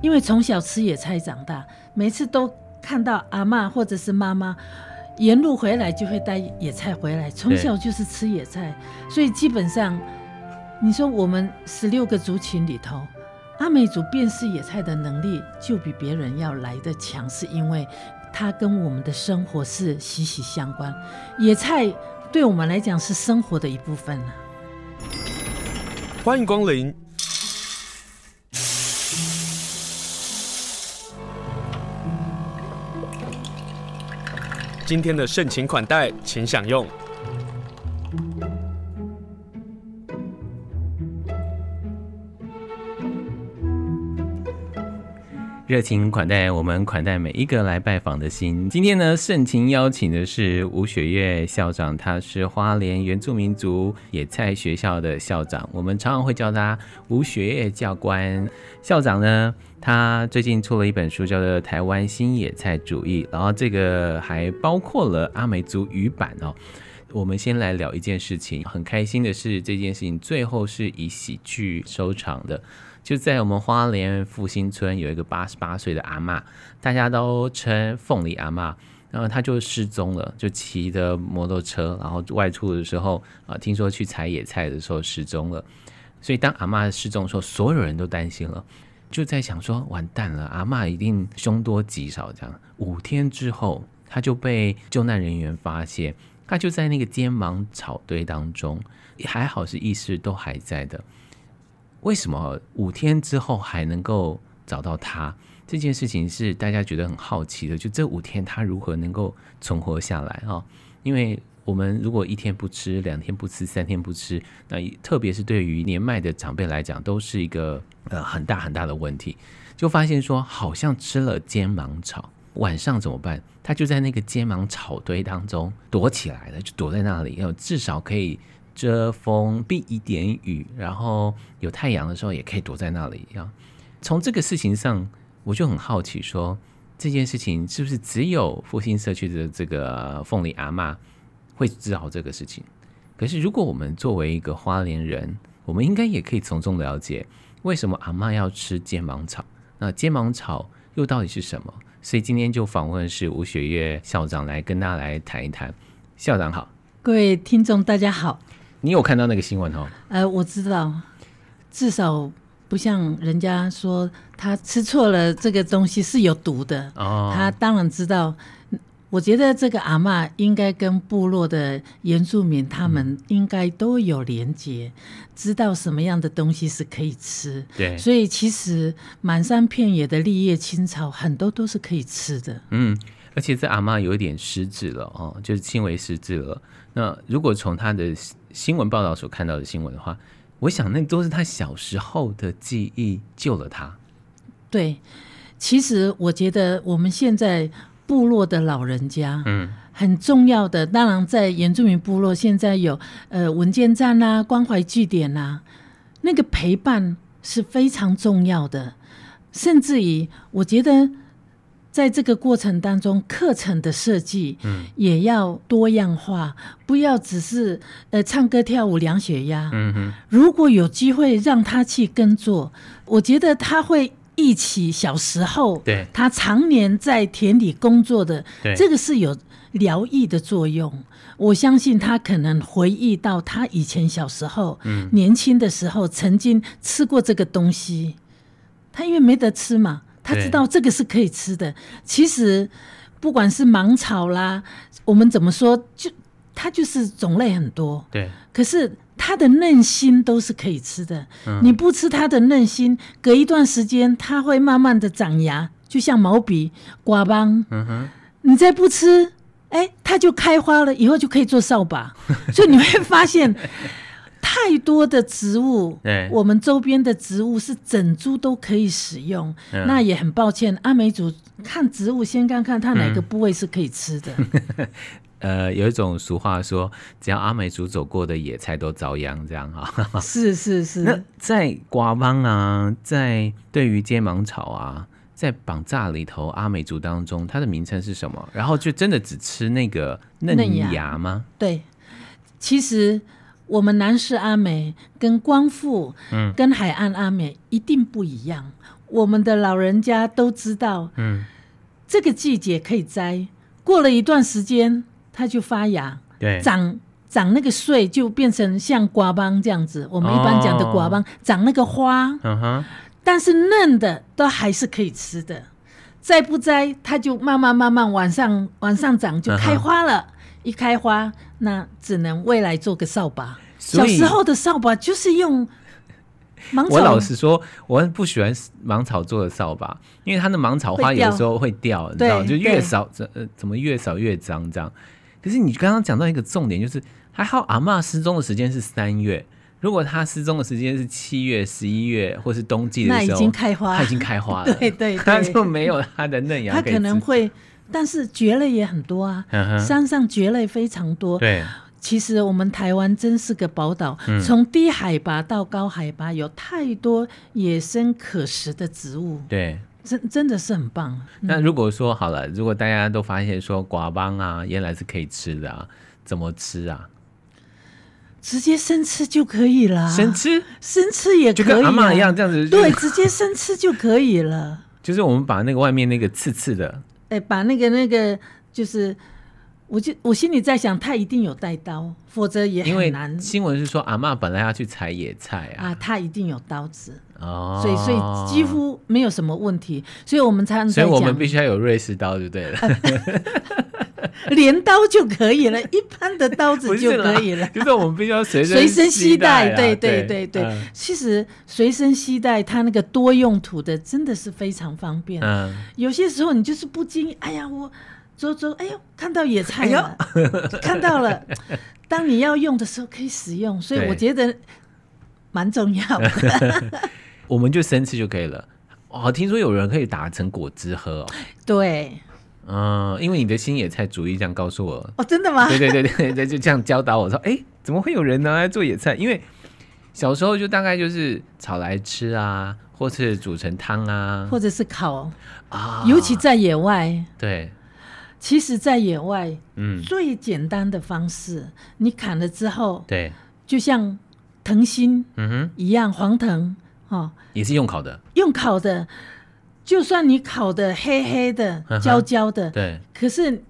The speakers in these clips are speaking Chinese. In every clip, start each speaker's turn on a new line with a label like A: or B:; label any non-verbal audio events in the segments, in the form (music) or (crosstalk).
A: 因为从小吃野菜长大，每次都看到阿嬷或者是妈妈沿路回来就会带野菜回来，从小就是吃野菜，所以基本上你说我们十六个族群里头，阿美族辨识野菜的能力就比别人要来的强，是因为它跟我们的生活是息息相关。野菜对我们来讲是生活的一部分啊。
B: 欢迎光临，今天的盛情款待，请享用。
C: 热情款待我们款待每一个来拜访的心。今天呢，盛情邀请的是吴雪月校长，他是花莲原住民族野菜学校的校长，我们常常会叫他吴雪月教官。校长呢，他最近出了一本书，叫做《台湾新野菜主义》，然后这个还包括了阿美族语版哦。我们先来聊一件事情，很开心的是，这件事情最后是以喜剧收场的。就在我们花莲复兴村有一个八十八岁的阿嬷，大家都称凤梨阿嬷，然后她就失踪了，就骑着摩托车，然后外出的时候啊、呃听说去采野菜的时候失踪了。所以当阿嬷失踪的时候，所有人都担心了，就在想说完蛋了，阿嬷一定凶多吉少这样。五天之后，她就被救难人员发现，她就在那个尖芒草堆当中，还好是意识都还在的。为什么五天之后还能够找到他？这件事情是大家觉得很好奇的，就这五天他如何能够存活下来啊、哦？因为我们如果一天不吃、两天不吃、三天不吃，那特别是对于年迈的长辈来讲，都是一个呃很大很大的问题。就发现说，好像吃了尖芒草，晚上怎么办？他就在那个尖芒草堆当中躲起来了，就躲在那里，要至少可以遮风避一点雨，然后有太阳的时候也可以躲在那里。要从这个事情上，我就很好奇说，这件事情是不是只有复兴社区的这个凤梨阿嬷会知道这个事情？可是如果我们作为一个花莲人，我们应该也可以从中了解为什么阿嬷要吃尖芒草。那尖芒草又到底是什么？所以今天就访问是吴雪月校长来跟大家来谈一谈。校长好，
A: 各位听众，大家好。
C: 你有看到那个新闻哦？
A: 呃，我知道，至少不像人家说他吃错了这个东西是有毒的。
C: 哦，
A: 他当然知道。我觉得这个阿嬷应该跟部落的原住民，他们
C: 嗯
A: 应该都有连结，知道什么样的东西是可以吃。
C: 对，
A: 所以其实满山遍野的绿叶青草，很多都是可以吃的。
C: 嗯，而且这阿嬷有一点失智了哦，就是轻微失智了。那如果从她的新新闻报道所看到的新闻的话，我想那都是她小时候的记忆救了她。
A: 对，其实我觉得我们现在部落的老人家，
C: 嗯，
A: 很重要的，当然在原住民部落现在有呃文件站啦、关怀据点啦、那个陪伴是非常重要的。甚至于，我觉得在这个过程当中，课程的设计，嗯，也要多样化，不要只是呃唱歌跳舞量血压，
C: 嗯哼，
A: 如果有机会让他去耕作，我觉得他会忆起小时候，
C: 对
A: 他常年在田里工作的，
C: 对
A: 这个是有疗愈的作用。我相信他可能回忆到他以前小时候，嗯，年轻的时候曾经吃过这个东西，他因为没得吃嘛，他
C: 对
A: 知道这个是可以吃的。其实不管是芒草啦，我们怎么说，就它就是种类很多，
C: 对，
A: 可是它的嫩心都是可以吃的，
C: 嗯
A: 你不吃它的嫩心，隔一段时间它会慢慢的长芽，就像毛笔、瓜帮，
C: 嗯哼，
A: 你再不吃，哎，它就开花了，以后就可以做扫
C: (laughs)
A: 把。所以你会发现，太多的植物
C: 对，
A: 我们周边的植物是整株都可以使用。
C: 嗯
A: 那也很抱歉，阿美族看植物先看看它哪
C: 嗯
A: 个部位是可以吃
C: (laughs)
A: 的。
C: 呃，有一种俗话说，只要阿美族走过的野菜都遭殃，这样哈、
A: 是是
C: (laughs) 那
A: 是，
C: 在瓜邦啊，在对于尖芒草啊，在绑炸里头，阿美族当中，它的名称是什么？然后就真的只吃那个嫩
A: 嫩芽
C: 芽吗？
A: 对。其实我们南市阿美跟光复，
C: 嗯
A: 跟海岸阿美一定不一样。我们的老人家都知道，
C: 嗯，
A: 这个季节可以摘，过了一段时间它就发芽，
C: 对，
A: 长长那个穗就变成像瓜帮这样子。我们一般讲的
C: 哦
A: 瓜帮，长那个花，
C: 嗯哼，
A: 但是嫩的都还是可以吃的。再不摘，它就慢慢慢慢往上往上长，就
C: 嗯哼
A: 开花了。一开花，那只能未来做个扫把。
C: 所
A: 小
C: 以
A: 时候的扫把就是用芒
C: 我
A: 草
C: 老实说，我不喜欢芒草做的扫把，因为它的芒草花
A: 会掉
C: 有时候会掉，你知道，
A: 对
C: 就越
A: 对
C: 扫怎呃怎么越扫越脏这样。可是你刚刚讲到一个重点，就是还好阿嬷失踪的时间是三月，如果她失踪的时间是七月、十一月或是冬季的
A: 那已
C: 时候，
A: 经开花
C: 它已经开花
A: (laughs)
C: 了，
A: 对对对
C: 它就没有它的嫩芽
A: 它
C: 以吃，
A: 可能会，但是蕨类也很多啊，
C: 嗯哼
A: 山上蕨类非常多。
C: 对嗯
A: 其实我们台湾真是个宝岛，从低海拔到高海拔，有太多野生可食的植物，
C: 对。
A: 真真的是很棒。
C: 那如果说好了，如果大家都发现说瓜帮啊、原来是可以吃的啊，怎么吃啊？
A: 直接生吃就可以了，啊
C: 生吃
A: 生吃也
C: 就
A: 可
C: 跟
A: 以、
C: 阿
A: 啊，
C: 嬷一样，这样子就
A: 对，直接生吃就可以了。
C: 就是我们把那个外面那个刺刺的，
A: 哎，把那个那个就是，我就我心里在想，他一定有带刀，否则也
C: 因为
A: 很难
C: 新闻是说阿嬷本来要去采野菜
A: 啊，
C: 啊，
A: 他一定有刀子，
C: 哦，
A: 所以所以几，乎没有什么问题，所以我们才能
C: 所
A: 在
C: 以我
A: 讲
C: 们必须要有瑞士刀就对
A: 啊
C: 了，
A: 镰刀就可以了， (laughs) 一般的刀
C: 不
A: 子
C: 是
A: 就
C: 啦
A: 可以了。
C: 就是我们必须要随
A: 随身
C: 携
A: 携带，
C: 啊
A: 对
C: 对
A: 对对，
C: 嗯
A: 其实随身携带它那个多用途的真的是非常方便。
C: 嗯，
A: 有些时候你就是不经意，哎呀，我走走，哎呦，看到野菜了，
C: 哎
A: (laughs) 看到了。当你要用的时候可以使用，所以
C: 对
A: 我觉得蛮重
C: (laughs)
A: 要的。
C: 我们就生吃就可以了。哦，听说有人可以打成果汁喝
A: 对，
C: 哦，嗯，因为你的新野菜主义这样告诉我，
A: 哦，真的吗？
C: (laughs) 对对对对对，就这样教导我说，哎、怎么会有人拿来做野菜？因为小时候就大概就是炒来吃啊，或是煮成汤啊，
A: 或者是烤，
C: 啊，
A: 尤其在野外，
C: 对，
A: 其实，在野外
C: 嗯，
A: 最简单的方式，你砍了之后，
C: 对，
A: 就像藤心
C: 嗯哼，
A: 一样，黄藤哦，
C: 也是用烤的，
A: 用烤的，就算你烤的黑黑的
C: 嗯哼、
A: 焦焦的，
C: 对，
A: 可是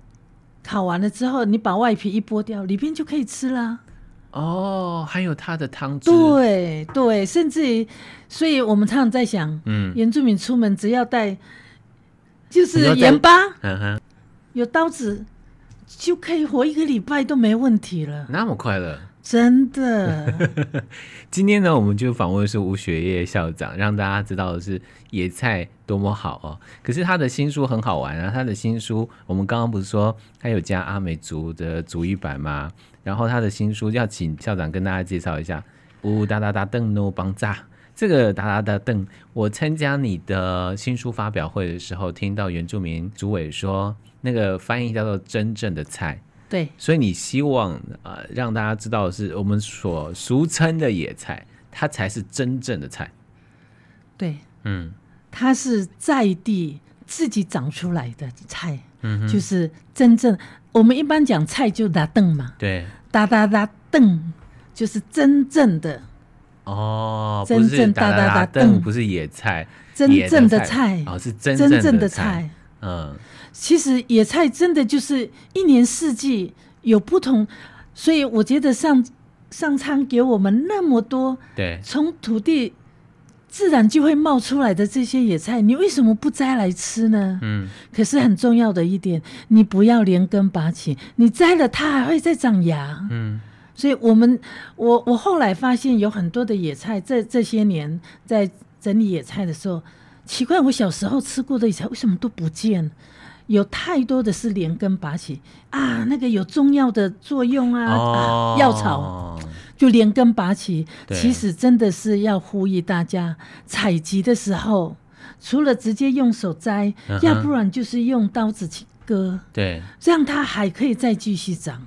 A: 烤完了之后，你把外皮一剥掉，里边就可以吃啦。
C: 哦，还有它的汤汁，，
A: 对对，甚至于，所以我们常常在想，
C: 嗯
A: 原住民出门只要带就
C: 你要
A: 是
C: 带
A: 盐巴，
C: 嗯哼，
A: 有刀子。就可以活一个礼拜都没问题了，
C: 那么快乐。
A: 真
C: (laughs)
A: 的。
C: 今天呢，我们就访问是吴雪业校长，让大家知道的是野菜多么好哦。可是他的新书很好玩啊，他的新书我们刚刚不是说他有加阿美族的族语版吗？然后他的新书要请校长跟大家介绍一下，呜哒哒哒哦邓诺邦炸。这个哒哒哒邓，我参加你的新书发表会的时候，听到原住民主委说，那个翻译叫做“真正的菜”，
A: 对，
C: 所以你希望呃让大家知道的是我们所俗称的野菜，它才是真正的菜。
A: 对，
C: 嗯，
A: 它是在地自己长出来的菜，
C: 嗯
A: 就是真正我们一般讲菜就打凳嘛，
C: 对。
A: 哒哒哒凳，就是真正的、
C: 哦，不
A: 真
C: 是
A: 正
C: 打打
A: 大大
C: 打
A: 大
C: 灯，
A: 邓
C: 不是野菜，
A: 真
C: 野
A: 正的
C: 菜
A: 菜
C: 哦，是真
A: 真正
C: 的
A: 的
C: 菜
A: 菜。。
C: 嗯，
A: 其实野菜真的就是一年四季有不同，所以我觉得上上苍给我们那么多
C: 对，
A: 从土地自然就会冒出来的这些野菜，你为什么不摘来吃呢？
C: 嗯，
A: 可是很重要的一点，你不要连根拔起，你摘了它还会再长芽。
C: 嗯，
A: 所以我们我我后来发现有很多的野菜，这这些年在整理野菜的时候，奇怪，我小时候吃过的野菜为什么都不见？有太多的是连根拔起啊，那个有中药的作用啊，
C: 哦，
A: 啊药草。就连根拔起。
C: 对
A: 其实真的是要呼吁大家，采集的时候，除了直接用手摘，
C: 嗯哼
A: 要不然就是用刀子去割，
C: 对，
A: 这样它还可以再继续长。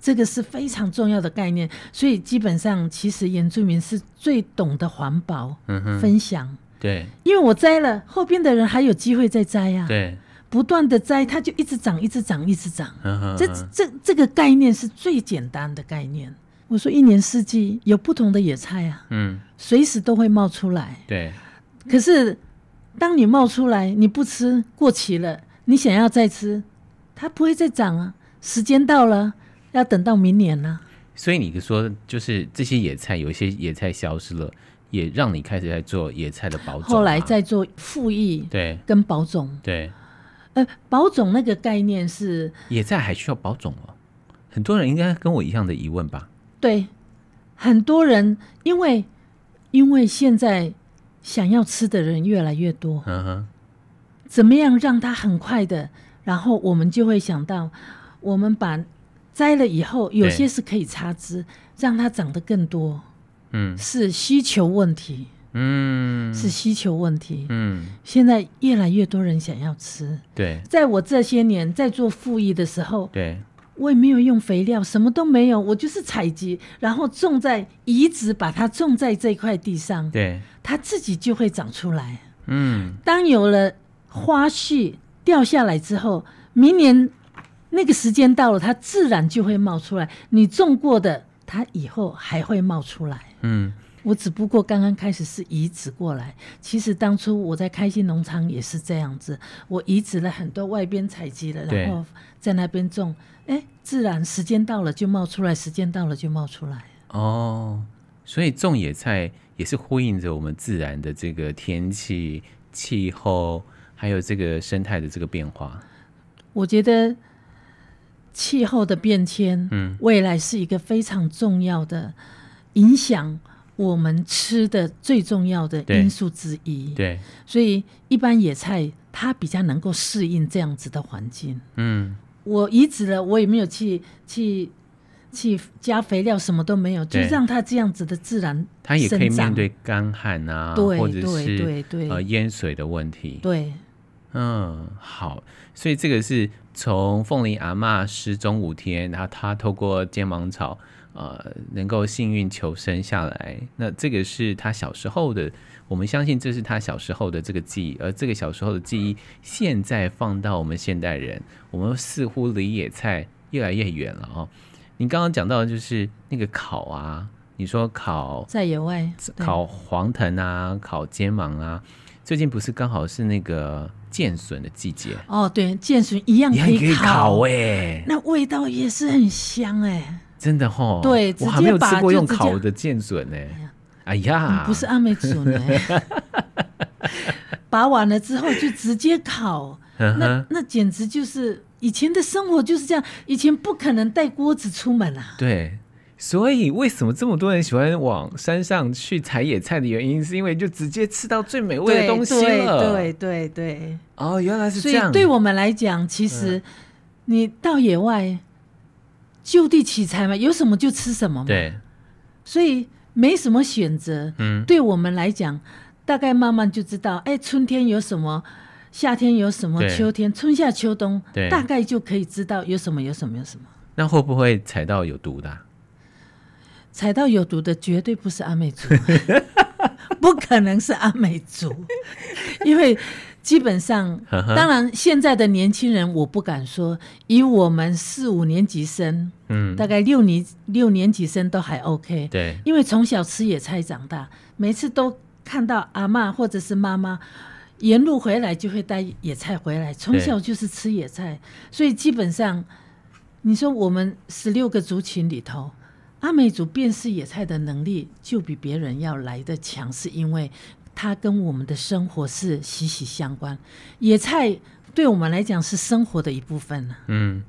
A: 这个是非常重要的概念，所以基本上，其实原住民是最懂得环保、
C: 嗯哼，
A: 分享，
C: 对
A: 因为我摘了，后边的人还有机会再摘呀、啊，
C: 对，
A: 不断的摘，它就一直长，一直长，一直长。
C: 嗯哼，
A: 这
C: 嗯哼
A: 这这个概念是最简单的概念，我说一年四季有不同的野菜啊，
C: 嗯，
A: 随时都会冒出来。
C: 对，
A: 可是当你冒出来，你不吃过期了，你想要再吃，它不会再长啊。时间到了，要等到明年啊了、
C: 所以你说就是这些野菜，有一些野菜消失了，也让你开始在做野菜的保种嘛。
A: 后来再做复育
C: 对
A: 跟保种，
C: 对，
A: 呃，保种那个概念是
C: 野菜还需要保种哦。很多人应该跟我一样的疑问吧？
A: 对很多人，因为因为现在想要吃的人越来越多，
C: 嗯哼，
A: 怎么样让它很快的，然后我们就会想到，我们把摘了以后，有些是可以插枝，让它长得更多，
C: 嗯
A: 是需求问题，
C: 嗯
A: 是需求问题。
C: 嗯，
A: 现在越来越多人想要吃，
C: 对
A: 在我这些年在做复育的时候，
C: 对，
A: 我也没有用肥料，什么都没有，我就是采集，然后种在移植，把它种在这块地上，
C: 对，
A: 它自己就会长出来。
C: 嗯，
A: 当有了花絮掉下来之后，明年那个时间到了，它自然就会冒出来。你种过的，它以后还会冒出来。
C: 嗯，
A: 我只不过刚刚开始是移植过来，其实当初我在开心农场也是这样子，我移植了很多外边采集了，
C: 对
A: 然后在那边种，哎，自然时间到了就冒出来，时间到了就冒出来。
C: 哦，所以种野菜也是呼应着我们自然的这个天气、气候，还有这个生态的这个变化。
A: 我觉得气候的变迁，
C: 嗯，
A: 未来是一个非常重要的影响我们吃的最重要的
C: 对
A: 因素之一。，
C: 对，
A: 所以一般野菜它比较能够适应这样子的环境。
C: 嗯，
A: 我移植了，我也没有去去去加肥料，什么都没有，就
C: 对
A: 让它这样子的自然
C: 它也可以
A: 生长
C: 面对干旱啊，
A: 对
C: 或者
A: 对
C: 是
A: 对对、
C: 呃淹水的问题。
A: 对，
C: 嗯，好，所以这个是从凤梨阿嬷失踪五天，然后她透过肩芒草，呃，能够幸运求生下来。那这个是她小时候的，我们相信这是她小时候的这个记忆，而这个小时候的记忆，现在放到我们现代人，我们似乎离野菜越来越远了哦。你刚刚讲到的就是那个烤啊，你说烤
A: 在野外对
C: 烤黄藤啊，烤肩芒啊。最近不是刚好是那个剑笋的季节，
A: 哦，对，剑笋一样
C: 也
A: 可
C: 可以烤哎、
A: 那味道也是很香哎、
C: 真的吼，
A: 对直
C: 我还没有
A: 接把
C: 吃过用
A: 就直接
C: 烤的剑笋呢。哎呀，
A: 嗯不是阿美族
C: (laughs)
A: 呢，拔完了之后就直接烤，
C: 嗯
A: 那
C: 哼，
A: 那简直就是以前的生活就是这样，以前不可能带锅子出门啊。
C: 对。所以为什么这么多人喜欢往山上去采野菜的原因，是因为就直接吃到最美味的东西了。
A: 对对对对
C: 哦，原来是
A: 对，所
C: 这
A: 以
C: 样。
A: 对我们来讲，其实你到野外就地取材嘛，有什么就吃什么嘛，
C: 对，
A: 所以没什么选择。
C: 嗯，
A: 对我们来讲，大概慢慢就知道，哎，春天有什么，夏天有什么，
C: 对
A: 秋天、春夏秋冬
C: 对，
A: 大概就可以知道有什么，有什么，有什么。
C: 那会不会踩到有毒的啊、
A: 踩到有毒的绝对不是阿美族， (laughs) 不可能是阿美族， (laughs) 因为基本上，
C: 呵呵
A: 当然现在的年轻人，我不敢说，以我们四五年级生，
C: 嗯，
A: 大概六年六年级生都还 OK，
C: 对
A: 因为从小吃野菜长大，每次都看到阿嬷或者是妈妈沿路回来就会带野菜回来，从小就是吃野菜，所以基本上你说我们十六个族群里头，阿美族辨识野菜的能力就比别人要来的强，是因为它跟我们的生活是息息相关，野菜对我们来讲是生活的一部分啊呢、
C: 嗯，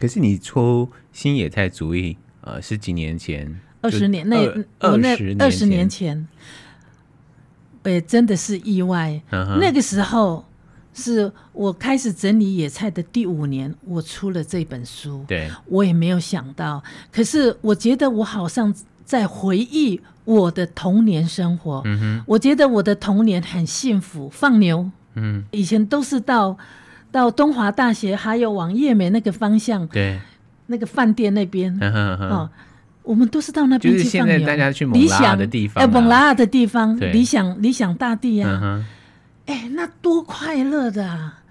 C: 可是你出新野菜主意，呃，是几年前，
A: 二十年那
C: 二
A: 我那
C: 十
A: 二十年，前，哎，真的是意外。
C: 嗯哼
A: 那个时候是我开始整理野菜的第五年，我出了这本书，
C: 对，
A: 我也没有想到。可是我觉得我好像在回忆我的童年生活，
C: 嗯哼，
A: 我觉得我的童年很幸福，放牛。
C: 嗯，
A: 以前都是到到东华大学，还有往叶美那个方向，
C: 对，
A: 那个饭店那边，
C: 嗯哼嗯
A: 哦
C: 哼，，
A: 我们都是到那边
C: 就是
A: 去
C: 现
A: 放
C: 在
A: 牛
C: 大家去蒙
A: 理
C: 拉
A: 想
C: 的地方
A: 哎，蒙
C: 啊
A: 拉的地方，
C: 对
A: 理想理想大地
C: 嗯
A: 啊，
C: 哼，
A: 哎，那多快乐的啊！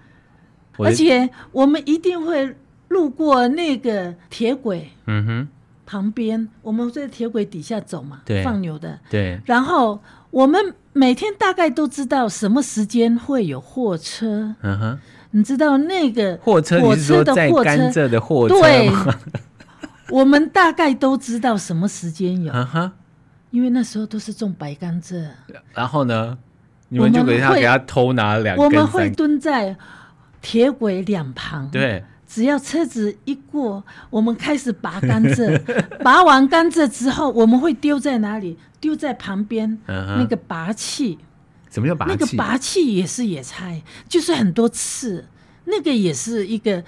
C: 我
A: 而
C: 就，
A: 且我们一定会路过那个铁轨，
C: 嗯哼，
A: 旁边，我们在铁轨底下走嘛
C: 对，
A: 放牛的。
C: 对，
A: 然后我们每天大概都知道什么时间会有货车，
C: 嗯哼，
A: 你知道那个
C: 货车你是说
A: 的
C: 在
A: 货
C: 甘
A: 车，
C: 蔗的货车
A: 对
C: 吗？， (laughs)
A: 我们大概都知道什么时间有，
C: 嗯哼，
A: 因为那时候都是种白甘蔗，
C: 然后呢，你们就给
A: 我
C: 他
A: 们会
C: 给他偷拿两
A: 我
C: 根
A: 们会
C: 三根，
A: 蹲在铁轨两旁，，
C: 对，
A: 只要车子一过，我们开始拔甘
C: (laughs)
A: 蔗，拔完甘蔗之后，我们会丢在哪里？丢在旁边、
C: 嗯
A: 那
C: 哼，
A: 个拔器，
C: 什么叫拔
A: 那个
C: 气？
A: 拔器也是野菜，就是很多刺，那个也是一个。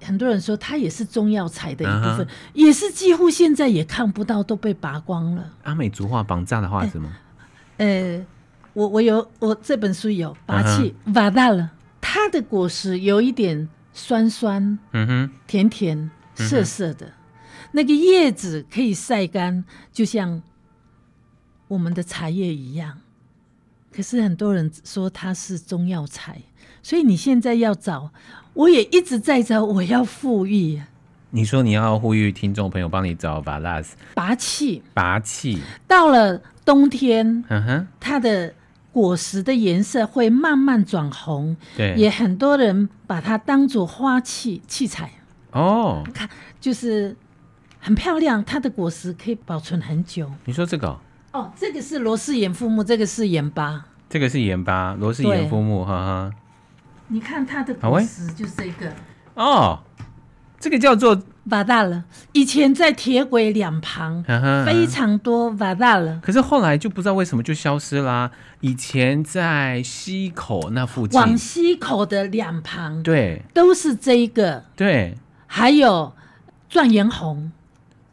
A: 很多人说它也是中药材的一部分
C: 嗯哼
A: 也是几乎现在也看不到，都被拔光了。
C: 阿美族话绑炸的话是什么？
A: 呃，我我有我这本书有拔气瓦大了，它的果实有一点酸酸
C: 嗯哼，
A: 甜甜涩涩的，那个叶子可以晒干，就像我们的茶叶一样。可是很多人说它是中药材，所以你现在要找，我也一直在找，我要富裕
C: 你说你要呼吁听众朋友帮你找把拉斯
A: 拔气。
C: 拔气，
A: 到了冬天，
C: 嗯哼，
A: 它的果实的颜色会慢慢转红，也
C: 对，
A: 很多人把它当做花器器材，
C: 哦，
A: 就是很漂亮，它的果实可以保存很久。
C: 你说这个哦、
A: 哦，这个是罗氏眼父木，这个是眼巴。
C: 这个是盐巴，罗氏盐夫木，哈哈，
A: 你看它的
C: 好
A: 果
C: 喂
A: 实就是这个，
C: 哦，这个叫做，
A: 瓦大了。以前在铁轨两旁
C: 哈哈，
A: 非常多瓦大了，
C: 可是后来就不知道为什么就消失啦、以前在溪口那附近，
A: 往西口的两旁
C: 对
A: 都是这一个，
C: 对，
A: 还有状元红。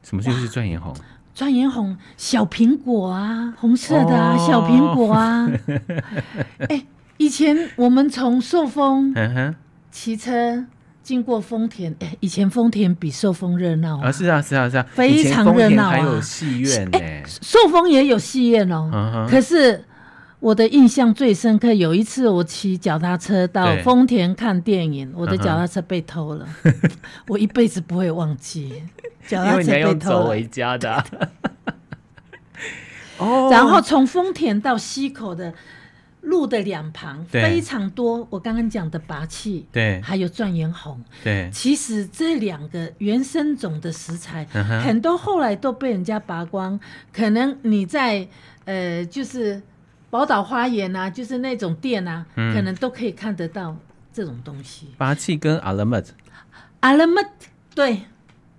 C: 什么就是钻眼红？
A: 专眼红小苹果啊，红色的啊，
C: 哦
A: 小苹果
C: (laughs)
A: 啊。哎、以前我们从寿丰
C: 嗯哼，
A: 骑车经过丰田，哎、以前丰田比寿丰热闹
C: 啊是啊是啊是啊，
A: 非常
C: 以前丰田
A: 热闹啊哎
C: 还有戏院呢、
A: 寿丰也有戏院哦、
C: 嗯哼
A: 可是我的印象最深刻，有一次我骑脚踏车到
C: 对
A: 丰田看电影，我的
C: 嗯哼
A: 脚踏车被偷
C: (laughs)
A: 了，我一辈子不会忘记。脚
C: 因
A: 踏
C: 为
A: 车
C: 你要
A: 被
C: 用
A: 偷
C: 走
A: 了，
C: 回家的啊、
A: (laughs)
C: 哦
A: 然后从丰田到溪口的路的两旁
C: 对
A: 非常多，我刚刚讲的拔气，
C: 对
A: 还有状元红。
C: 对，
A: 其实这两个原生种的食材，
C: 嗯哼
A: 很多后来都被人家拔光。可能你在呃，就是宝岛花园啊，就是那种店啊，
C: 嗯
A: 可能都可以看得到这种东西。
C: 拔气跟 alamat
A: 阿勒曼对，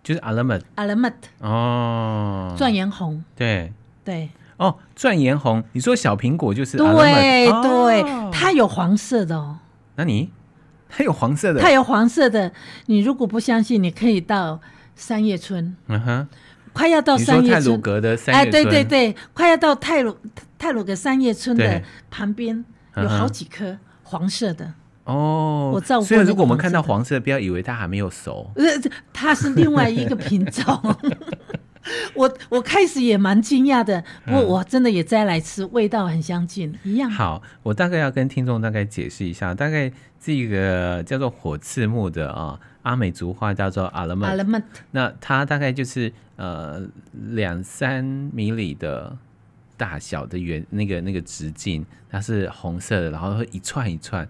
C: 就是 alamat
A: 阿勒曼
C: 哦，
A: 状元红，
C: 对
A: 对
C: 哦，钻岩红，你说小苹果就是
A: 对
C: alamat，
A: 对
C: 哦，
A: 它有黄色的哦。
C: 那你它有黄色的，
A: 它有黄色的，你如果不相信，你可以到三叶村，
C: 嗯哼，
A: 快要到
C: 你说
A: 三
C: 泰
A: 叶
C: 鲁
A: 村，
C: 格的三叶
A: 哎，对
C: 村
A: 对对，快要到泰鲁泰鲁格三叶村的
C: 对
A: 旁边
C: 嗯哼
A: 有好几棵黄色的，
C: 哦，
A: 我照顾
C: 所以
A: 那
C: 如
A: 个
C: 果我们
A: 黄
C: 看
A: 色
C: 到
A: 的
C: 黄色，不要以为它还没有熟。
A: 呃，它是另外一个品种。 (laughs) 我我开始也蛮惊讶的，不过我真的也摘来吃，味道很相近，一样。
C: 嗯好，我大概要跟听众大概解释一下，大概这个叫做火刺木的啊，阿美族话叫做阿勒
A: 阿
C: 曼
A: 勒，曼
C: 那它大概就是呃两三米里的大小的圆那个那个直径，它是红色的，然后会一串一串。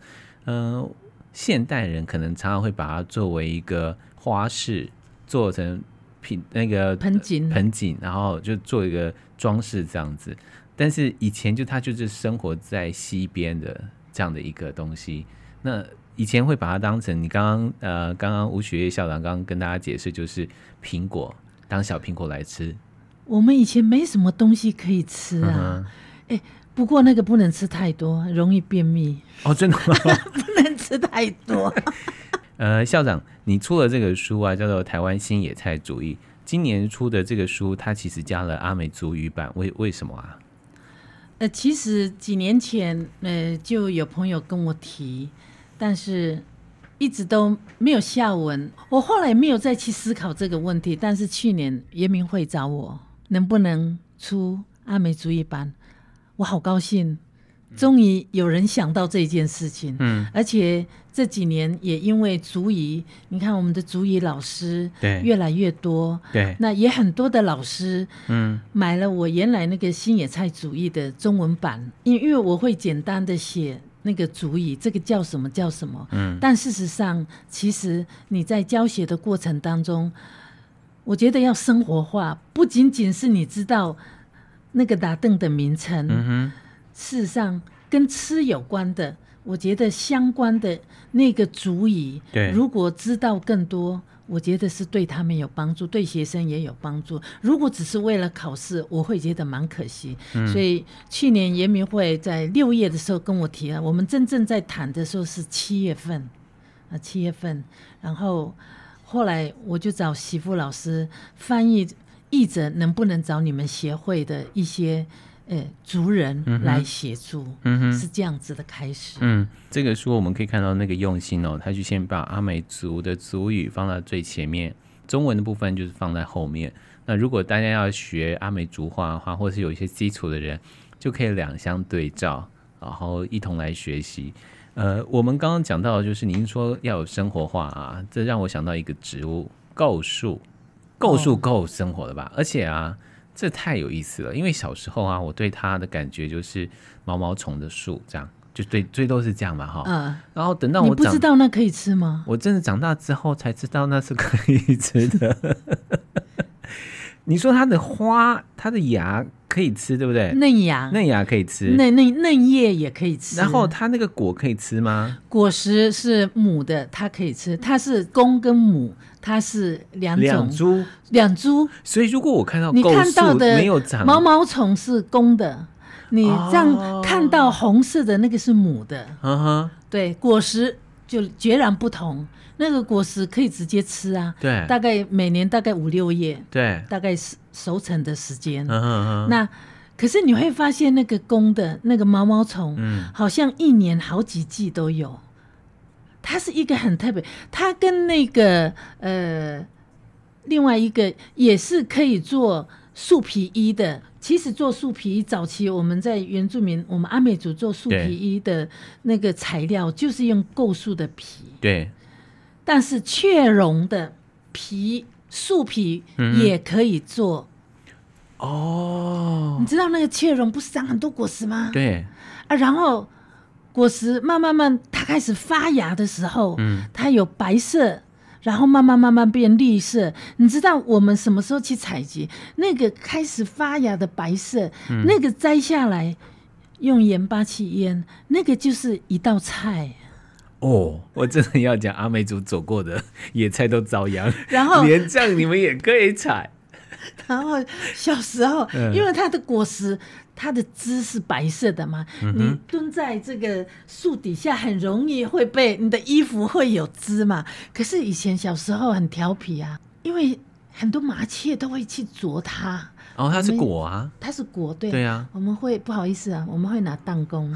C: 嗯、现代人可能常常会把它作为一个花饰，做成品那个
A: 盆景
C: 盆景，然后就做一个装饰这样子。但是以前就它就是生活在西边的这样的一个东西，那以前会把它当成你刚刚呃，刚刚吴雪月校长刚刚跟大家解释，就是苹果当小苹果来吃。
A: 我们以前没什么东西可以吃啊，
C: 嗯
A: 不过那个不能吃太多，容易便秘， (laughs)
C: 哼，哦，真的吗？ (laughs)
A: 不能吃太多。
C: 呃，校长，你出了这个书啊，叫做《台湾新野菜主义》。今年出的这个书，它其实加了阿美族语版，为为什么啊？
A: 呃，其实几年前，呃，就有朋友跟我提，但是一直都没有下文。我后来没有再去思考这个问题，但是去年严明会找我，能不能出阿美主义班，我好高兴。终于有人想到这件事情，
C: 嗯，
A: 而且这几年也因为足语，你看我们的足语老师
C: 对
A: 越来越多，
C: 对，
A: 那也很多的老师
C: 嗯
A: 买了我原来那个新野菜主义的中文版，因因为我会简单的写那个主语，这个叫什么叫什么。
C: 嗯
A: 但事实上，其实你在教学的过程当中，我觉得要生活化，不仅仅是你知道那个打凳的名称，
C: 嗯哼，
A: 事实上跟吃有关的，我觉得相关的那个主语，
C: 对
A: 如果知道更多，我觉得是对他们有帮助，对学生也有帮助。如果只是为了考试，我会觉得蛮可惜。
C: 嗯
A: 所以去年严明会在六月的时候跟我提了，我们真正在谈的时候是七月份，啊，七月份，然后后来我就找媳妇老师翻译译者，能不能找你们协会的一些呃族人
C: 嗯哼
A: 来协助，
C: 嗯哼。
A: 是这样子的开始。
C: 嗯，这个书我们可以看到那个用心哦，他就先把阿美族的族语放到最前面，中文的部分就是放在后面。那如果大家要学阿美族话的话，或是有一些基础的人，就可以两相对照，然后一同来学习。呃，我们刚刚讲到，就是您说要有生活化啊，这让我想到一个植物构树，构树
A: 哦
C: 够生活了吧？而且啊，这太有意思了，因为小时候啊，我对它的感觉就是毛毛虫的树，这样就对，最多是这样嘛哈。
A: 啊、
C: 然后等到
A: 你
C: 嗯我
A: 不
C: 长
A: 知，道那可以吃吗？
C: 我真的长大之后才知道那是可以吃的。 (laughs) 你说它的花，它的芽可以吃，对不对？
A: 嫩芽、
C: 嫩芽可以吃，
A: 嫩嫩嫩叶也可以吃。
C: 然后它那个果可以吃吗？
A: 果实是母的，它可以吃，它是公跟母，它是两
C: 两
A: 种
C: 株。
A: 两株。
C: 所以如果我看到
A: 你
C: 构
A: 看到
C: 树
A: 的
C: 没有长，
A: 毛毛虫是公的，你这
C: 哦
A: 样看到红色的那个是母的，
C: 嗯哼，
A: 对，果实就截然不同。那个果实可以直接吃啊，
C: 对
A: 大概每年大概五六页，
C: 对，
A: 大概是熟成的时间。
C: 嗯哼嗯哼，
A: 那可是你会发现，那个公的那个毛毛虫，
C: 嗯
A: 好像一年好几季都有。它是一个很特别，它跟那个呃，另外一个也是可以做树皮衣的。其实做树皮衣，早期我们在原住民，我们阿美族做树
C: 对
A: 皮衣的那个材料，就是用构树的皮，
C: 对，
A: 但是雀绒的皮树皮
C: 嗯
A: 也可以做。
C: 哦
A: 你，知道那个雀绒不是长很多果实吗？
C: 对，
A: 啊，然后果实慢慢慢它开始发芽的时候，
C: 嗯，
A: 它有白色，然后慢慢慢慢变绿色。你知道我们什么时候去采集那个开始发芽的白色？那个摘下来用盐巴去腌，那个就是一道菜。
C: 哦，我真的要讲阿美族走过的野菜都遭殃，
A: 然后，
C: (laughs) 连这样你们也可以采，
A: 然后小时候
C: 嗯，
A: 因为它的果实，它的汁是白色的嘛，
C: 嗯
A: 你蹲在这个树底下，很容易会被你的衣服会有汁嘛。可是以前小时候很调皮啊，因为很多麻雀都会去啄它，
C: 哦，它是
A: 我们
C: 果啊，
A: 它是果对。
C: 对啊，
A: 我们会不好意思啊，我们会拿弹
C: (laughs)
A: 弓。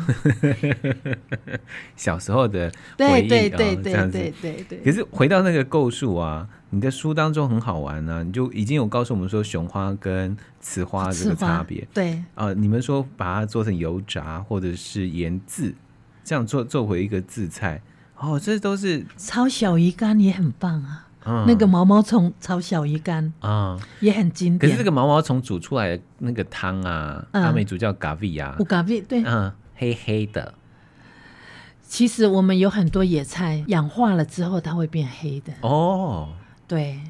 C: 小时候的回
A: 对
C: 忆
A: 对
C: 哦
A: 对
C: 这样
A: 对
C: 子
A: 对对对。
C: 可是回到那个构树啊，你的书当中很好玩啊，你就已经有告诉我们说雄花跟雌花这
A: 刺
C: 个
A: 花
C: 差别
A: 对
C: 啊、你们说把它做成油炸或者是盐渍，这样做做回一个渍菜，哦，这都是、
A: 炒小鱼干也很棒啊，
C: 嗯、
A: 那个毛毛虫炒小鱼干
C: 啊、
A: 也很经
C: 可
A: 典。
C: 是这个毛毛虫煮出来的那个汤啊，
A: 嗯
C: 阿美族叫嘎维啊
A: 乌，嘎贝对，
C: 嗯，黑黑的，
A: 其实我们有很多野菜氧化了之后，它会变黑的。
C: 哦。
A: 对，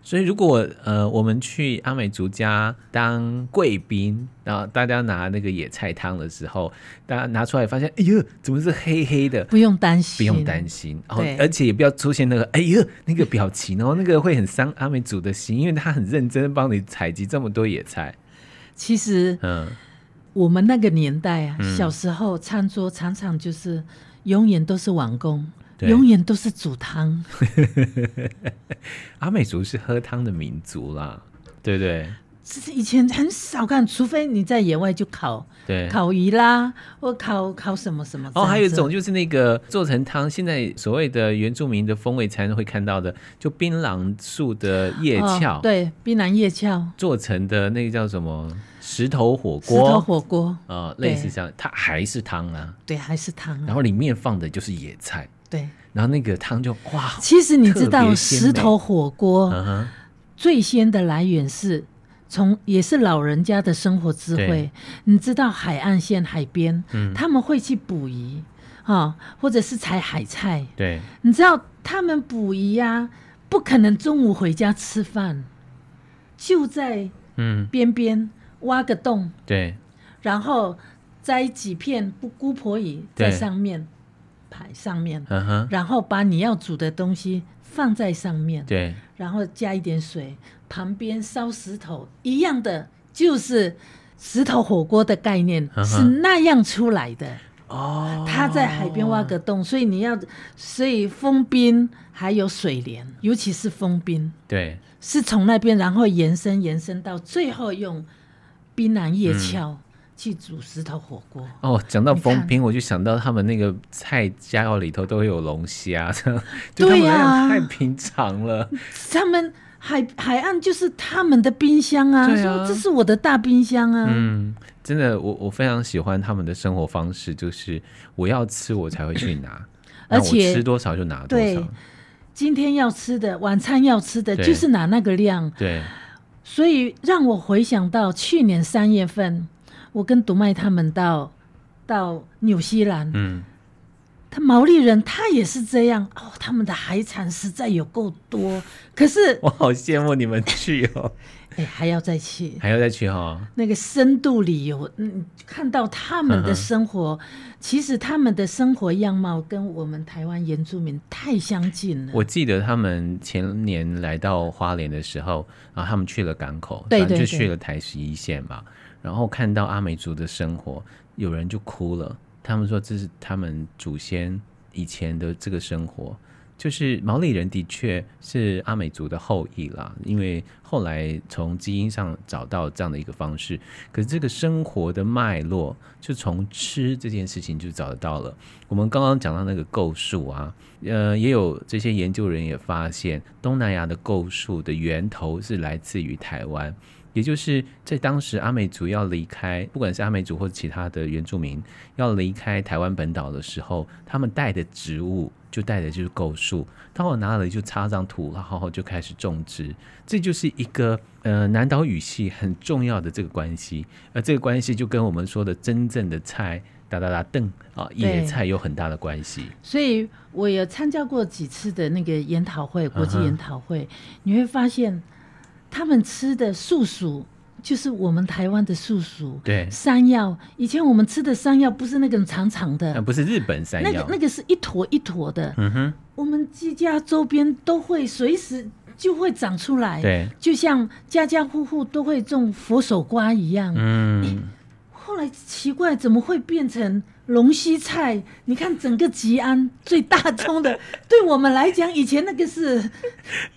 C: 所以，如果呃，我们去阿美族家当贵宾，然后大家拿那个野菜汤的时候，大家拿出来发现，哎呦，怎么是黑黑的？
A: 不用担心，
C: 不用担。心，然后
A: 对
C: 而且也不要出现那个哎呦那个表情哦，那个会很伤阿美族的心，因为他很认真帮你采集这么多野菜。
A: 其实
C: 嗯，
A: 我们那个年代啊，
C: 嗯
A: 小时候餐桌常常就是永远都是碗工，
C: 对
A: 永远都是煮汤。
C: 阿美族是喝汤的民族啦，对不对？
A: 只是以前很少看，除非你在野外就烤
C: 对。
A: 烤鱼啦，或烤烤什么什么。
C: 哦，还有一
A: 这样
C: 种
A: 子
C: 就是那个做成汤，现在所谓的原住民的风味餐会看到的，就槟榔树的叶
A: 哦
C: 鞘、
A: 对，槟榔叶鞘。
C: 做成的那个叫什么石头火
A: 石头
C: 锅，
A: 火锅，
C: 呃，类似
A: 对
C: 这样，它还是汤啊，
A: 对，还是汤啊。
C: 然后里面放的就是野菜，
A: 对，
C: 然后那个汤就哇，
A: 其实你知
C: 特
A: 道
C: 别鲜美
A: 石头火锅
C: 嗯哼，
A: 最先的来源是从也是老人家的生活智慧
C: 对。
A: 你知道海岸线海边，
C: 嗯
A: 他们会去捕鱼啊、或者是采海菜。
C: 对，
A: 你知道他们捕鱼呀、不可能中午回家吃饭，就在
C: 嗯，
A: 边边挖个洞，
C: 对，
A: 然后摘几片不姑婆鱼在
C: 对
A: 上面排上面，
C: 嗯哼，
A: 然后把你要煮的东西放在上面，
C: 对，
A: 然后加一点水，旁边烧石头一样的，就是石头火锅的概念、
C: 嗯哼
A: 是那样出来的。
C: 哦，
A: 他在海边挖个洞，所以你要，所以封冰还有水帘，尤其是封冰
C: 对，
A: 是从那边然后延伸延伸到最后用槟榔叶
C: 嗯
A: 鞘去煮石头火锅。
C: 哦，讲到
A: 你
C: 封
A: 看
C: 冰，我就想到他们那个菜佳肴里头都会有龙虾， (laughs) 这样
A: 对啊
C: 他们来
A: 呀
C: 讲太平常了。
A: 他们海海岸就是他们的冰箱啊，
C: 对啊
A: 说这是我的大冰箱啊。
C: 嗯，真的，我我非常喜欢他们的生活方式，就是我要吃我才会去拿，
A: 而
C: 那我
A: 且
C: 吃多少就拿多
A: 对
C: 少。
A: 今天要吃的晚餐要吃的
C: 对
A: 就是拿那个量，
C: 对，
A: 所以让我回想到去年三月份，我跟独麦他们到到纽西兰， (laughs)
C: 嗯，
A: 他毛利人他也是这样哦，他们的海产实在有够多，可是
C: 我好羡慕你们去哦， (laughs)
A: 哎还要再去。
C: 还要再去哦。
A: 那个深度旅游，嗯，看到他们
C: 嗯
A: 的生活，其实他们的生活样貌跟我们台湾原住民太相近了。
C: 我记得他们前年来到花莲的时候，然后他们去了港口，
A: 对
C: 反正
A: 对
C: 就去了台十一线嘛，然后看到阿美族的生活，有人就哭了，他们说这是他们祖先以前的这个生活。就是毛利人的确是阿美族的后裔啦，因为后来从基因上找到这样的一个方式，可是这个生活的脉络就从吃这件事情就找得到了。我们刚刚讲到那个构树啊，呃，也有这些研究人也发现，东南亚的构树的源头是来自于台湾，也就是在当时阿美族要离开，不管是阿美族或者其他的原住民要离开台湾本岛的时候，他们带的植物就带的就是构树，到我哪里就插上土，然后就开始种植，这就是一个呃南岛语系很重要的这个关系，而这个关系就跟我们说的真正的菜。哒哒哒邓啊，野
A: 对
C: 菜有很大的关系。
A: 所以我有参加过几次的那个研讨会，国际
C: 嗯哼
A: 研讨会，你会发现他们吃的素薯就是我们台湾的素薯，
C: 对
A: 山药。以前我们吃的山药不是那种长长的，
C: 啊，不是日本山
A: 那
C: 药，
A: 个那个是一坨一坨的，
C: 嗯哼，
A: 我们居家周边都会随时就会长出来。
C: 对，
A: 就像家家户户都会种佛手瓜一样。
C: 嗯，
A: 后来奇怪，怎么会变成龙溪菜？你看整个吉安 (laughs) 最大宗的，对我们来讲，以前那个是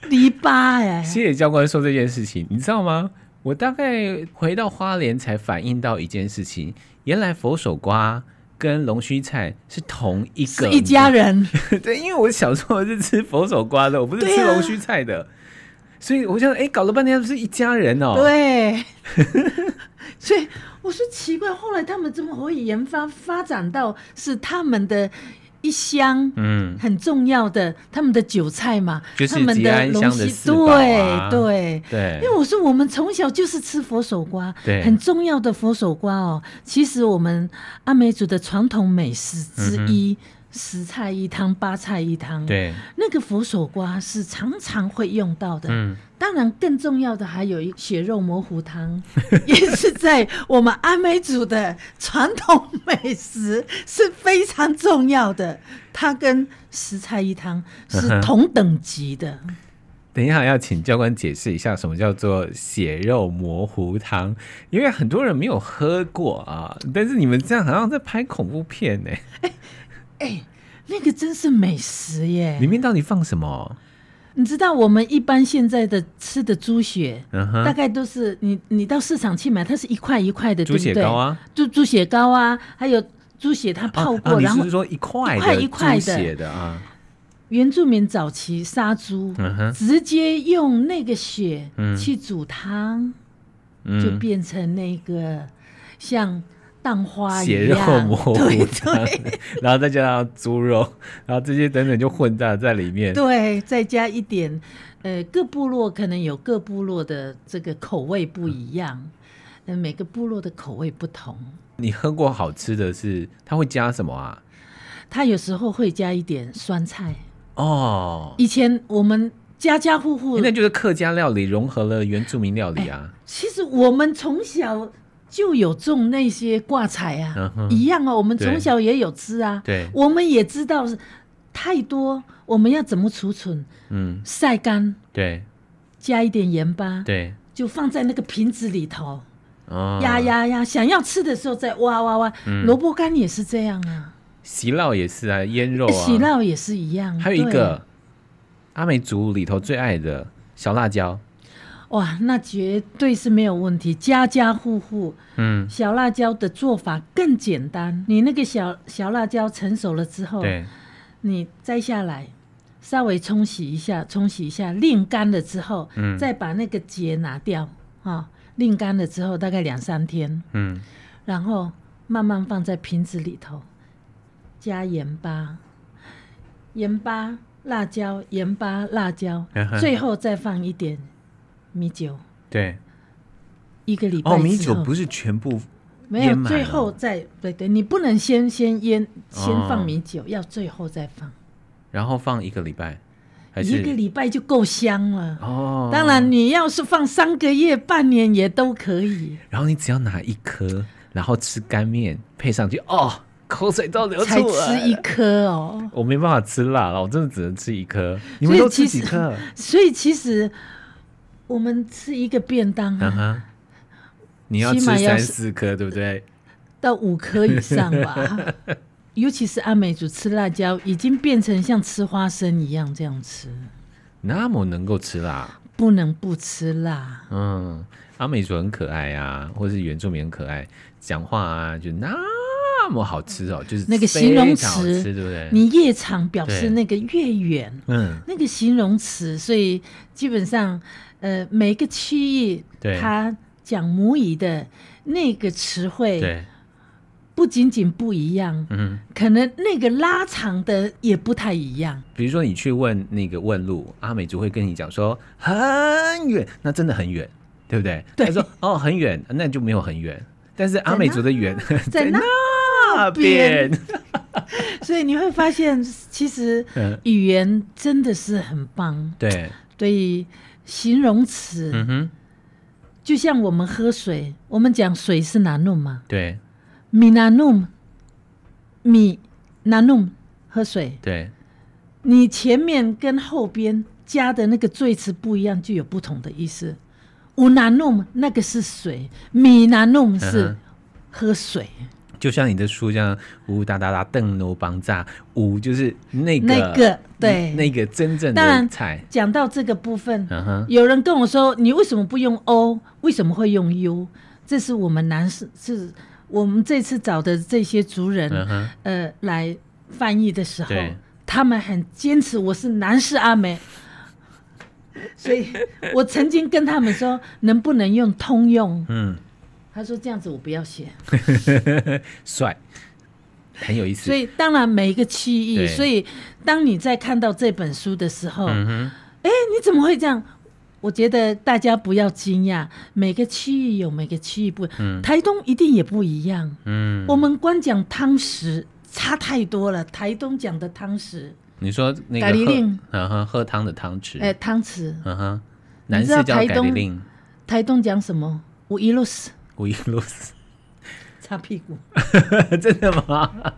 A: 篱笆哎、
C: 谢谢教官说这件事情，你知道吗？我大概回到花莲才反应到一件事情，原来佛手瓜跟龙须菜是同一
A: 是
C: 个
A: 一家，人，
C: (laughs) 对，因为我小时候是吃佛手瓜的，我不是
A: 对
C: 吃
A: 啊
C: 龙须菜的，所以我想，哎，搞了半天是一家人哦，，
A: 对。啊 (laughs) 所以我说奇怪，后来他们怎么会研发发展到是他们的一箱
C: 嗯，
A: 很重要的他们的韭菜嘛，
C: 就是
A: 他们
C: 吉安
A: 龙
C: 乡的
A: 溪，
C: 四宝啊
A: 对对，
C: 对
A: 因，为我说我们从小就是吃佛手瓜，
C: 对
A: 很重要的佛手瓜哦。其实我们阿美族的传统美食之一，十菜一汤、八菜一汤，
C: 嗯对，
A: 那个佛手瓜是常常会用到的。
C: 嗯，
A: 当然，更重要的还有一血肉模糊汤， (laughs) 也是在我们阿美族的传统美食是非常重要的。它跟十菜一汤
C: 嗯
A: 是同等级的。
C: 等一下，要请教官解释一下什么叫做血肉模糊汤，因为很多人没有喝过啊。但是你们这样好像在拍恐怖片呢、
A: 哎、那个真是美食耶！
C: 里面到底放什么？
A: 你知道我们一般现在的吃的猪血，
C: 嗯
A: 大
C: 哼，
A: 概都是你你到市场去买，它是一块一块的，
C: 猪血糕啊，
A: 对不对？猪猪血糕啊，还有猪血它
C: 啊
A: 泡
C: 啊
A: 过，
C: 你
A: 然
C: 是
A: 后
C: 不是说一块
A: 一块
C: 的
A: 一块
C: 猪
A: 的
C: 血的啊？
A: 原住民早期杀猪，
C: 嗯哼
A: 直接用那个血
C: 嗯
A: 去煮汤。就
C: 嗯，
A: 变成那个像蛋花一样，
C: 血肉模糊，
A: 对
C: 这样
A: 对
C: 子 (laughs) 然后再加上猪肉，然后这些等等就混杂在里面。
A: 对，再加一点，呃，各部落可能有各部落的这个口味不一
C: 嗯
A: 样，呃，每个部落的口味不同，
C: 你喝过好吃的是，它会加什么啊？
A: 它有时候会加一点酸菜。
C: 哦，
A: 以前我们家家户户，
C: 那就是客家料理融合了原住民料理啊。
A: 其实我们从小就有种那些挂彩啊，
C: 嗯哼
A: 一样啊，我们
C: 对
A: 从小也有吃啊，
C: 对，
A: 我们也知道是太多，我们要怎么储存？
C: 嗯，
A: 晒干，
C: 对
A: 加一点盐巴，
C: 对，
A: 就放在那个瓶子里头，
C: 哦，
A: 压压压，想要吃的时候再挖挖挖。
C: 嗯
A: 萝卜干也是这样啊，
C: 喜酪也是啊，腌肉啊，
A: 喜酪也是一样。
C: 还有一
A: 对啊
C: 个阿美族里头最爱的小辣椒，
A: 哇，那绝对是没有问题，家家户户
C: 嗯，
A: 小辣椒的做法更简单。你那个小小辣椒成熟了之后，
C: 对，
A: 你摘下来，稍微冲洗一下，冲洗一下，晾干了之后，
C: 嗯
A: 再把那个节拿掉啊、晾干了之后，大概两三天，
C: 嗯，，
A: 然后慢慢放在瓶子里头，加盐巴，盐巴、辣椒、盐巴、辣椒最后再放一点米酒。
C: 对。
A: 一个礼拜
C: 哦，米
A: 之
C: 酒
A: 后
C: 不是全部
A: 没
C: 腌哦
A: 有，
C: 满
A: 最
C: 了
A: 后再对对，你不能先先腌，先
C: 哦
A: 放米酒，要最后再放，
C: 然后放一个礼拜，还是
A: 一个礼拜就够香了。
C: 哦，
A: 当然，你要是放三个月、半年也都可以，
C: 然后你只要拿一颗，然后吃干面配上去，哦，口水都流
A: 才
C: 出来
A: 吃一
C: 了。
A: 颗哦。
C: 我没办法吃辣了，我真的只能吃一颗。你们
A: 所以
C: 都
A: 其
C: 吃几
A: 实 (laughs)
C: 颗？啊
A: 所以其实我们吃一个便当
C: 嗯
A: 啊，
C: 哼，你要吃
A: 起码要
C: 三
A: 是
C: 四颗，对不对？
A: 到五颗以上吧。
C: (laughs)
A: 尤其是阿美族吃辣椒，已经变成像吃花生一样这样吃，
C: 那么能够吃辣，
A: 不能不吃辣。
C: 嗯，阿美族很可爱啊，或是原住民很可爱，讲话啊就那么好吃哦，就是
A: 那个
C: 非
A: 形容
C: 常好
A: 词
C: 吃对不对？
A: 你越长，表示
C: 对
A: 那个越远。
C: 嗯，
A: 那个形容词，所以基本上，呃，每个区域
C: 对
A: 它讲母语的那个词汇，
C: 对，
A: 不仅仅不一样，
C: 嗯，
A: 可能那个拉长的也不太一样。
C: 比如说你去问那个问路，阿美族会跟你讲说很远，那真的很远，对不对？
A: 对
C: 他说哦很远，那就没有很远。但是阿美族的远 (laughs)
A: 在那
C: 那
A: 边
C: 边，
A: 所以你会发现，其实
C: 嗯，
A: 语言真的是很棒。
C: (laughs) 对，
A: 对，形容词、
C: 嗯哼，
A: 就像我们喝水，我们讲水是哪弄嘛？
C: 对
A: 米哪弄？米哪弄？喝水。
C: 对，
A: 你前面跟后边加的那个缀词不一样，就有不同的意思。乌拿弄那个是水，米拿弄
C: 嗯
A: 是喝水，
C: 就像你的书这样，呜哒哒哒，邓罗邦炸，呜就是那个
A: 那个对。
C: 那个真正
A: 当
C: 的
A: 然
C: 菜，
A: 讲到这个部分，
C: 嗯哼，
A: 有人跟我说：“你为什么不用 O？为什么会用 U？” 这是我们男士是我们这次找的这些族人，
C: 嗯哼，
A: 呃来翻译的时候
C: 对，
A: 他们很坚持我是南氏阿
C: (laughs)
A: 美，所以我曾经跟他们说能不能用通用，
C: 嗯，
A: 他说这样子我不要写，
C: 帅，很有意思。
A: 所以当然每一个区
C: 对
A: 域，所以当你在看到这本书的时候，
C: 嗯哼，
A: 你怎么会这样？我觉得大家不要惊讶，每个区域有每个区域不，台东一定也不一样。
C: 嗯，
A: 我们光讲汤匙差太多了，台东讲的汤匙，
C: 你说那个
A: 咖喱
C: 喝
A: 令，
C: 嗯哼，喝汤的汤匙，
A: 哎、汤匙，
C: 嗯哼，
A: 你
C: 男
A: 知
C: 士
A: 道
C: 叫
A: 台
C: 改
A: 东
C: 的令，
A: 台东讲什么？我一路死
C: 古一路斯，
A: 擦屁股。
C: (laughs) 真的吗？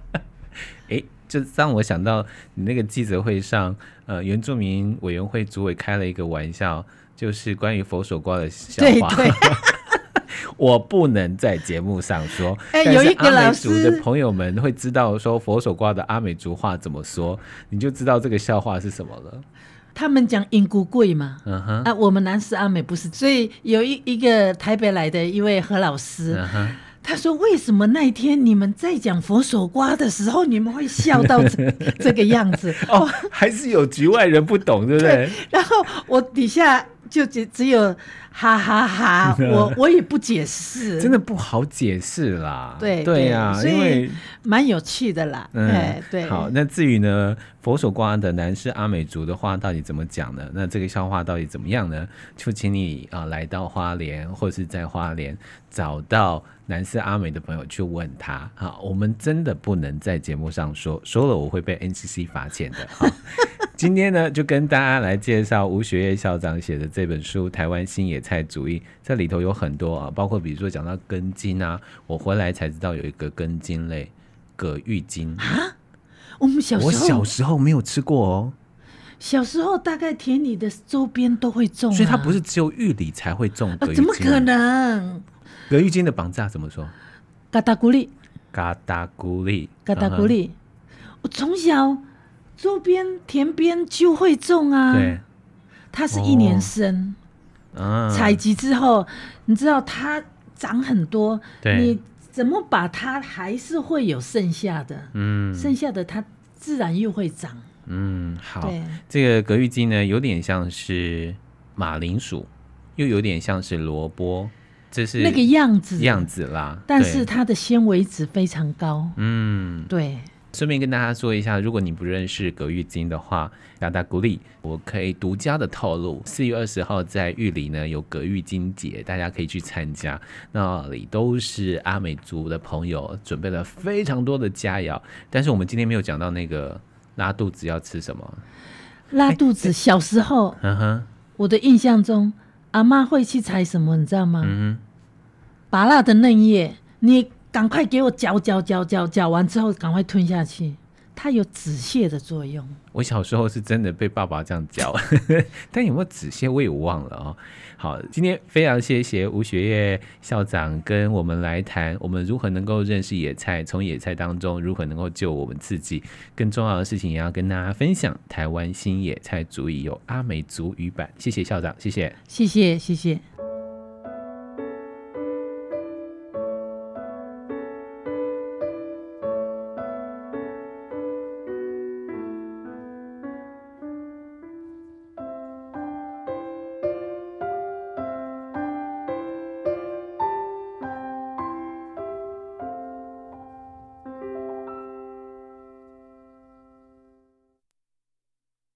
C: 哎，这让我想到你那个记者会上，呃，原住民委员会主委开了一个玩笑，就是关于佛手瓜的笑
A: 对
C: 话。
A: 对，
C: (laughs) 我不能在节目上说，
A: 哎
C: 但是
A: 有一个
C: 阿
A: 老
C: 美族的
A: 师
C: 朋友们会知道说佛手瓜的阿美族话怎么说，你就知道这个笑话是什么了。
A: 他们讲英古贵嘛。
C: 嗯哼，
A: 啊，我们南师阿美不是，所以有一一个台北来的一位何老师，
C: 嗯哼，
A: 他说：“为什么那一天你们在讲佛手瓜的时候，你们会笑到
C: (laughs)
A: 这这个样子？”
C: 哦哦，还是有局外人不懂，对不对？
A: 然后我底下就只只有哈哈哈
C: (laughs)
A: 我我也不解释，
C: 真的不好解释啦。
A: 对
C: 对呀、
A: 所
C: 因为
A: 以蛮有趣的啦。哎、对，
C: 嗯好，那至于呢，佛手瓜的南是阿美族的话，到底怎么讲呢？那这个笑话到底怎么样呢？就请你啊、来到花莲，或是在花莲找到南是阿美的朋友去问他。好，我们真的不能在节目上说，说了我会被 NCC 罚钱的。好， (laughs) 今天呢，就跟大家来介绍吴学业校长写的这本书《台湾新野菜主义》，这里头有很多啊，包括比如说讲到根茎啊，我回来才知道有一个根茎类。葛玉金，
A: 啊我们小时候
C: 我小时候没有吃过哦，
A: 小时候大概田里的周边都会种、啊，
C: 所以它不是只有玉里才会种葛
A: 啊
C: 玉，
A: 怎
C: 金、
A: 么可？能？
C: 葛玉金的绑架怎么说？
A: 嘎达古丽，
C: 嘎达古丽，
A: 嘎达古
C: 啊
A: 丽，我从小周边田边就会种啊。
C: 嗯哼，对，哦
A: 它是一年生，
C: 嗯，
A: 采集之后，你知道它长很多，
C: 对
A: 你怎么把它还是会有剩下的，
C: 嗯
A: 剩下的它自然又会长。
C: 嗯，好，
A: 对，
C: 这个葛玉金呢，有点像是马铃薯，又有点像是萝卜，这是
A: 那个样子
C: 样，子啦。
A: 但
C: 对
A: 是它的纤维值非常高。
C: 嗯，
A: 对，
C: 顺便跟大家说一下，如果你不认识葛玉金的话，达达古丽，我可以独家的透露，四月二十号在玉里呢有葛玉金节，大家可以去参加。那里都是阿美族的朋友准备了非常多的佳肴，但是我们今天没有讲到那个拉肚子要吃什么。
A: 拉肚子，小时候
C: 嗯哼，
A: 我的印象中，阿妈会去采什么，你知道吗？
C: 嗯
A: 拔蜡的嫩叶，你赶快给我嚼嚼嚼嚼嚼完之后，赶快吞下去，它有止泻的作用。
C: 哼，我小时候是真的被爸爸这样教， (laughs) 但有没有止泻我也忘了哦。好，今天非常谢谢吴学业校长跟我们来谈，我们如何能够认识野菜，从野菜当中如何能够救我们自己。更重要的事情也要跟大家分享，台湾新野菜足以有阿美族语版。谢谢校长，谢谢。
A: 谢谢，谢谢。